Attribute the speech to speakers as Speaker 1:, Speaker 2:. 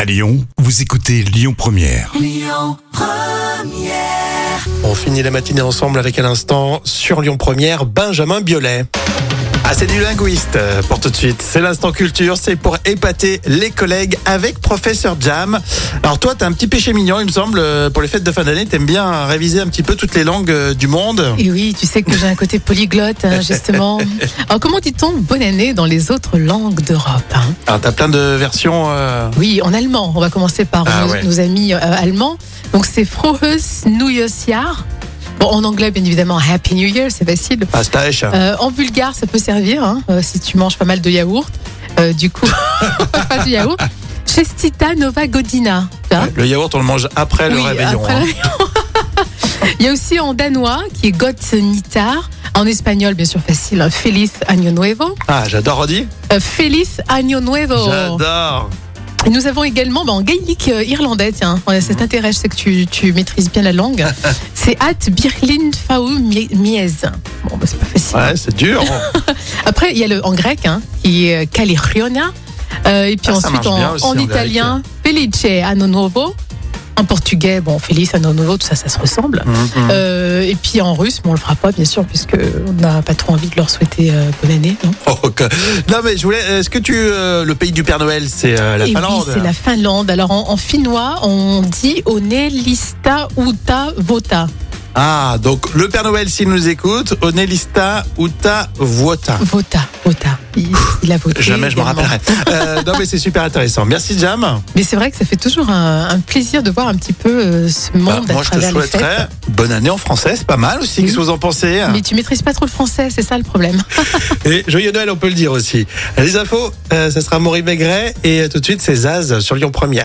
Speaker 1: À Lyon, vous écoutez Lyon Première.
Speaker 2: On finit la matinée ensemble avec à l'instant sur Lyon Première, Benjamin Biolay. Ah, c'est du linguiste euh, pour tout de suite. C'est l'instant culture, c'est pour épater les collègues avec Professeur Jam. Alors toi, t'as un petit péché mignon, il me semble, euh, pour les fêtes de fin d'année, t'aimes bien réviser un petit peu toutes les langues euh, du monde.
Speaker 3: Et oui, tu sais que j'ai un côté polyglotte, hein, justement. Alors, comment dit-on bonne année dans les autres langues d'Europe hein
Speaker 2: Alors t'as plein de versions. euh,
Speaker 3: Oui, en allemand. On va commencer par
Speaker 2: Ah
Speaker 3: nos,
Speaker 2: ouais.
Speaker 3: nos amis euh, allemands. Donc, c'est Frohes Neues Jahr. Bon, en anglais, bien évidemment, Happy New Year, c'est facile.
Speaker 2: Ah, c'est Daesh.
Speaker 3: Euh, en bulgare, ça peut servir hein, euh, si tu manges pas mal de yaourt. Euh, du coup, pas du yaourt. Chestita Nova Godina. tu vois.
Speaker 2: Le yaourt, on le mange après le
Speaker 3: ah. Oui,
Speaker 2: réveillon.
Speaker 3: après
Speaker 2: hein.
Speaker 3: le réveillon. Il y a aussi en danois qui est Gott Nitar. En espagnol, bien sûr, facile. hein, Feliz Año Nuevo.
Speaker 2: Ah, j'adore, Roddy.
Speaker 3: Euh, Feliz Año Nuevo.
Speaker 2: J'adore.
Speaker 3: Et nous avons également bah, en gaélique euh, irlandais, tiens, ouais, ça
Speaker 2: Mm.
Speaker 3: t'intéresse, je sais que tu, tu maîtrises bien la langue. c'est At Birlin Fau Mie- Miez. Bon, bah, c'est pas facile.
Speaker 2: Ouais, c'est dur.
Speaker 3: Après, il y a le en grec, hein, qui est euh, Kaliriona. Euh, et puis
Speaker 2: Ah, ça
Speaker 3: ensuite
Speaker 2: marche bien
Speaker 3: en,
Speaker 2: aussi,
Speaker 3: en
Speaker 2: en grec.
Speaker 3: italien, Felice Anno Nuovo. En portugais, bon, Felice Anno Nuovo, tout ça, ça se ressemble.
Speaker 2: Mhm.
Speaker 3: Euh, et puis en russe, mais on le fera pas, bien sûr, puisque on n'a pas trop envie de leur souhaiter euh, bonne année. Non
Speaker 2: Oh, que- Non, mais je voulais. Est-ce que tu. euh, le pays du Père Noël, c'est euh, la
Speaker 3: et
Speaker 2: Finlande
Speaker 3: Eh oui, c'est la Finlande. Alors en, en finnois, on dit Onelista uta vota.
Speaker 2: Ah, donc le Père Noël, s'il nous écoute, Onelista Uta Vuota.
Speaker 3: Vota, vota. Il, il a voté.
Speaker 2: Jamais je me
Speaker 3: également.
Speaker 2: rappellerai. Euh, non, mais c'est super intéressant. Merci, Jam.
Speaker 3: Mais c'est vrai que ça fait toujours un, un plaisir de voir un petit peu euh, ce
Speaker 2: Bah,
Speaker 3: monde à
Speaker 2: moi, je te
Speaker 3: travers les
Speaker 2: souhaiterais euh,
Speaker 3: fêtes.
Speaker 2: bonne année en français. C'est pas mal aussi.
Speaker 3: Oui.
Speaker 2: Qu'est-ce que vous en pensez
Speaker 3: Mais tu maîtrises pas trop le français, c'est ça le problème.
Speaker 2: Et joyeux Noël, on peut le dire aussi. Les infos, euh, ça sera Maurice Maigret. Et euh, tout de suite, c'est Zaz sur Lyon Première.